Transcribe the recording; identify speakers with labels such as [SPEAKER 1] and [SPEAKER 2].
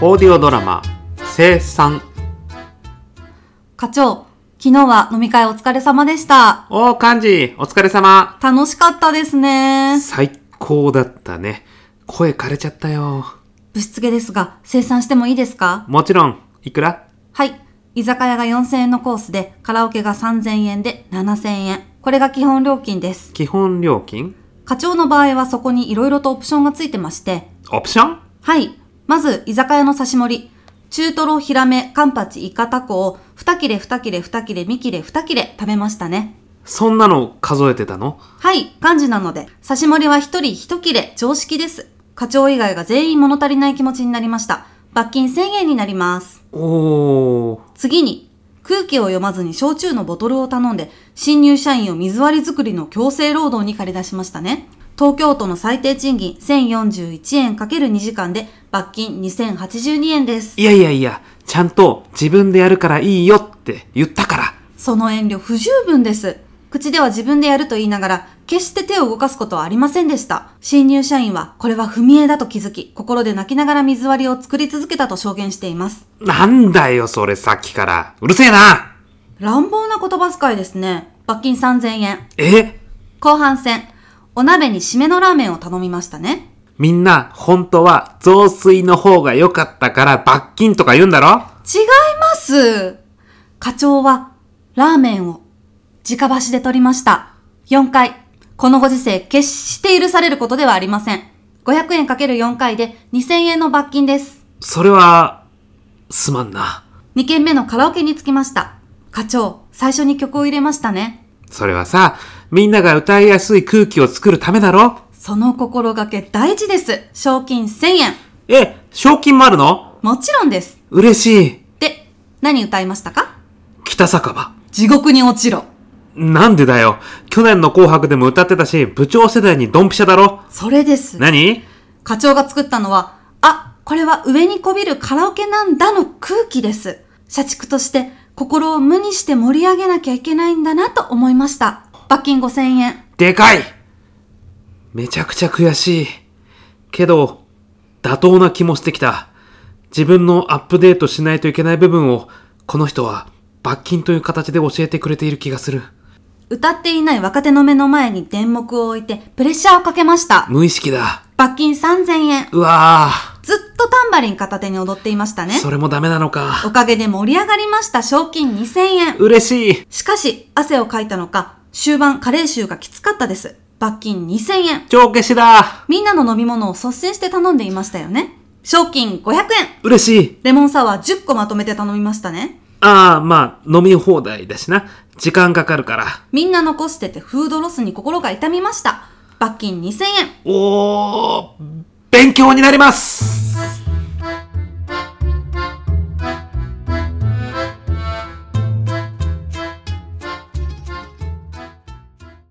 [SPEAKER 1] オーディオドラマ「生産
[SPEAKER 2] 課長、昨日は飲み会お疲れ様でした。」
[SPEAKER 1] おー幹事お疲れ様
[SPEAKER 2] 楽しかったですね。
[SPEAKER 1] 最高だったね声枯れちゃったよ
[SPEAKER 2] ぶしつけですが、生産してもいいですか
[SPEAKER 1] もちろんいくら
[SPEAKER 2] はい。居酒屋が4000円のコースで、カラオケが3000円で7000円。これが基本料金です。
[SPEAKER 1] 基本料金
[SPEAKER 2] 課長の場合はそこに色々とオプションがついてまして。
[SPEAKER 1] オプション
[SPEAKER 2] はい。まず、居酒屋の刺し盛り。中トロ、ヒラメ、カンパチ、イカタコを2切れ2切れ2切れ2切れ2切れ食べましたね。
[SPEAKER 1] そんなの数えてたの
[SPEAKER 2] はい、漢字なので、刺し盛りは一人一切れ、常識です。課長以外が全員物足りない気持ちになりました。罰金1000円になります。
[SPEAKER 1] おー
[SPEAKER 2] 次に、空気を読まずに焼酎のボトルを頼んで、新入社員を水割り作りの強制労働に借り出しましたね。東京都の最低賃金1041円 ×2 時間で罰金2082円です。
[SPEAKER 1] いやいやいやちゃんと自分でやるからいいよって言ったから
[SPEAKER 2] その遠慮不十分です。口では自分でやると言いながら、決して手を動かすことはありませんでした。新入社員は、これは踏み絵だと気づき、心で泣きながら水割りを作り続けたと証言しています。
[SPEAKER 1] なんだよそれさっきからうるせえな
[SPEAKER 2] 乱暴な言葉遣いですね。罰金3000円。
[SPEAKER 1] え
[SPEAKER 2] 後半戦。お鍋に締めのラーメンを頼みましたね。
[SPEAKER 1] みんな本当は雑炊の方が良かったから罰金とか言うんだろ
[SPEAKER 2] 違います課長は、ラーメンを、直箸で取りました。4回。このご時世、決して許されることではありません。500円かける4回で2000円の罰金です。
[SPEAKER 1] それは、すまんな。
[SPEAKER 2] 2件目のカラオケに着きました。課長、最初に曲を入れましたね。
[SPEAKER 1] それはさ、みんなが歌いやすい空気を作るためだろ
[SPEAKER 2] その心がけ大事です。賞金1000円。
[SPEAKER 1] え、賞金もあるの
[SPEAKER 2] もちろんです。
[SPEAKER 1] 嬉しい。
[SPEAKER 2] で、何歌いましたか
[SPEAKER 1] 北酒場。
[SPEAKER 2] 地獄に落ちろ。
[SPEAKER 1] なんでだよ。去年の紅白でも歌ってたし、部長世代にドンピシャだろ
[SPEAKER 2] それです。
[SPEAKER 1] 何
[SPEAKER 2] 課長が作ったのは、あ、これは上にこびるカラオケなんだの空気です。社畜として心を無にして盛り上げなきゃいけないんだなと思いました。罰金5000円。
[SPEAKER 1] でかいめちゃくちゃ悔しい。けど、妥当な気もしてきた。自分のアップデートしないといけない部分を、この人は罰金という形で教えてくれている気がする。
[SPEAKER 2] 歌っていない若手の目の前に電目を置いてプレッシャーをかけました。
[SPEAKER 1] 無意識だ。
[SPEAKER 2] 罰金3000円。
[SPEAKER 1] うわぁ。
[SPEAKER 2] ずっとタンバリン片手に踊っていましたね。
[SPEAKER 1] それもダメなのか。
[SPEAKER 2] おかげで盛り上がりました賞金2000円。
[SPEAKER 1] 嬉しい。
[SPEAKER 2] しかし、汗をかいたのか、終盤加齢臭がきつかったです。罰金2000円。
[SPEAKER 1] 帳消しだ。
[SPEAKER 2] みんなの飲み物を率先して頼んでいましたよね。賞金500円
[SPEAKER 1] 嬉しい。
[SPEAKER 2] レモンサワー10個まとめて頼みましたね。
[SPEAKER 1] ああ、まあ、飲み放題だしな。時間かかるから。
[SPEAKER 2] みんな残しててフードロスに心が痛みました。罰金2000円
[SPEAKER 1] おー、勉強になります。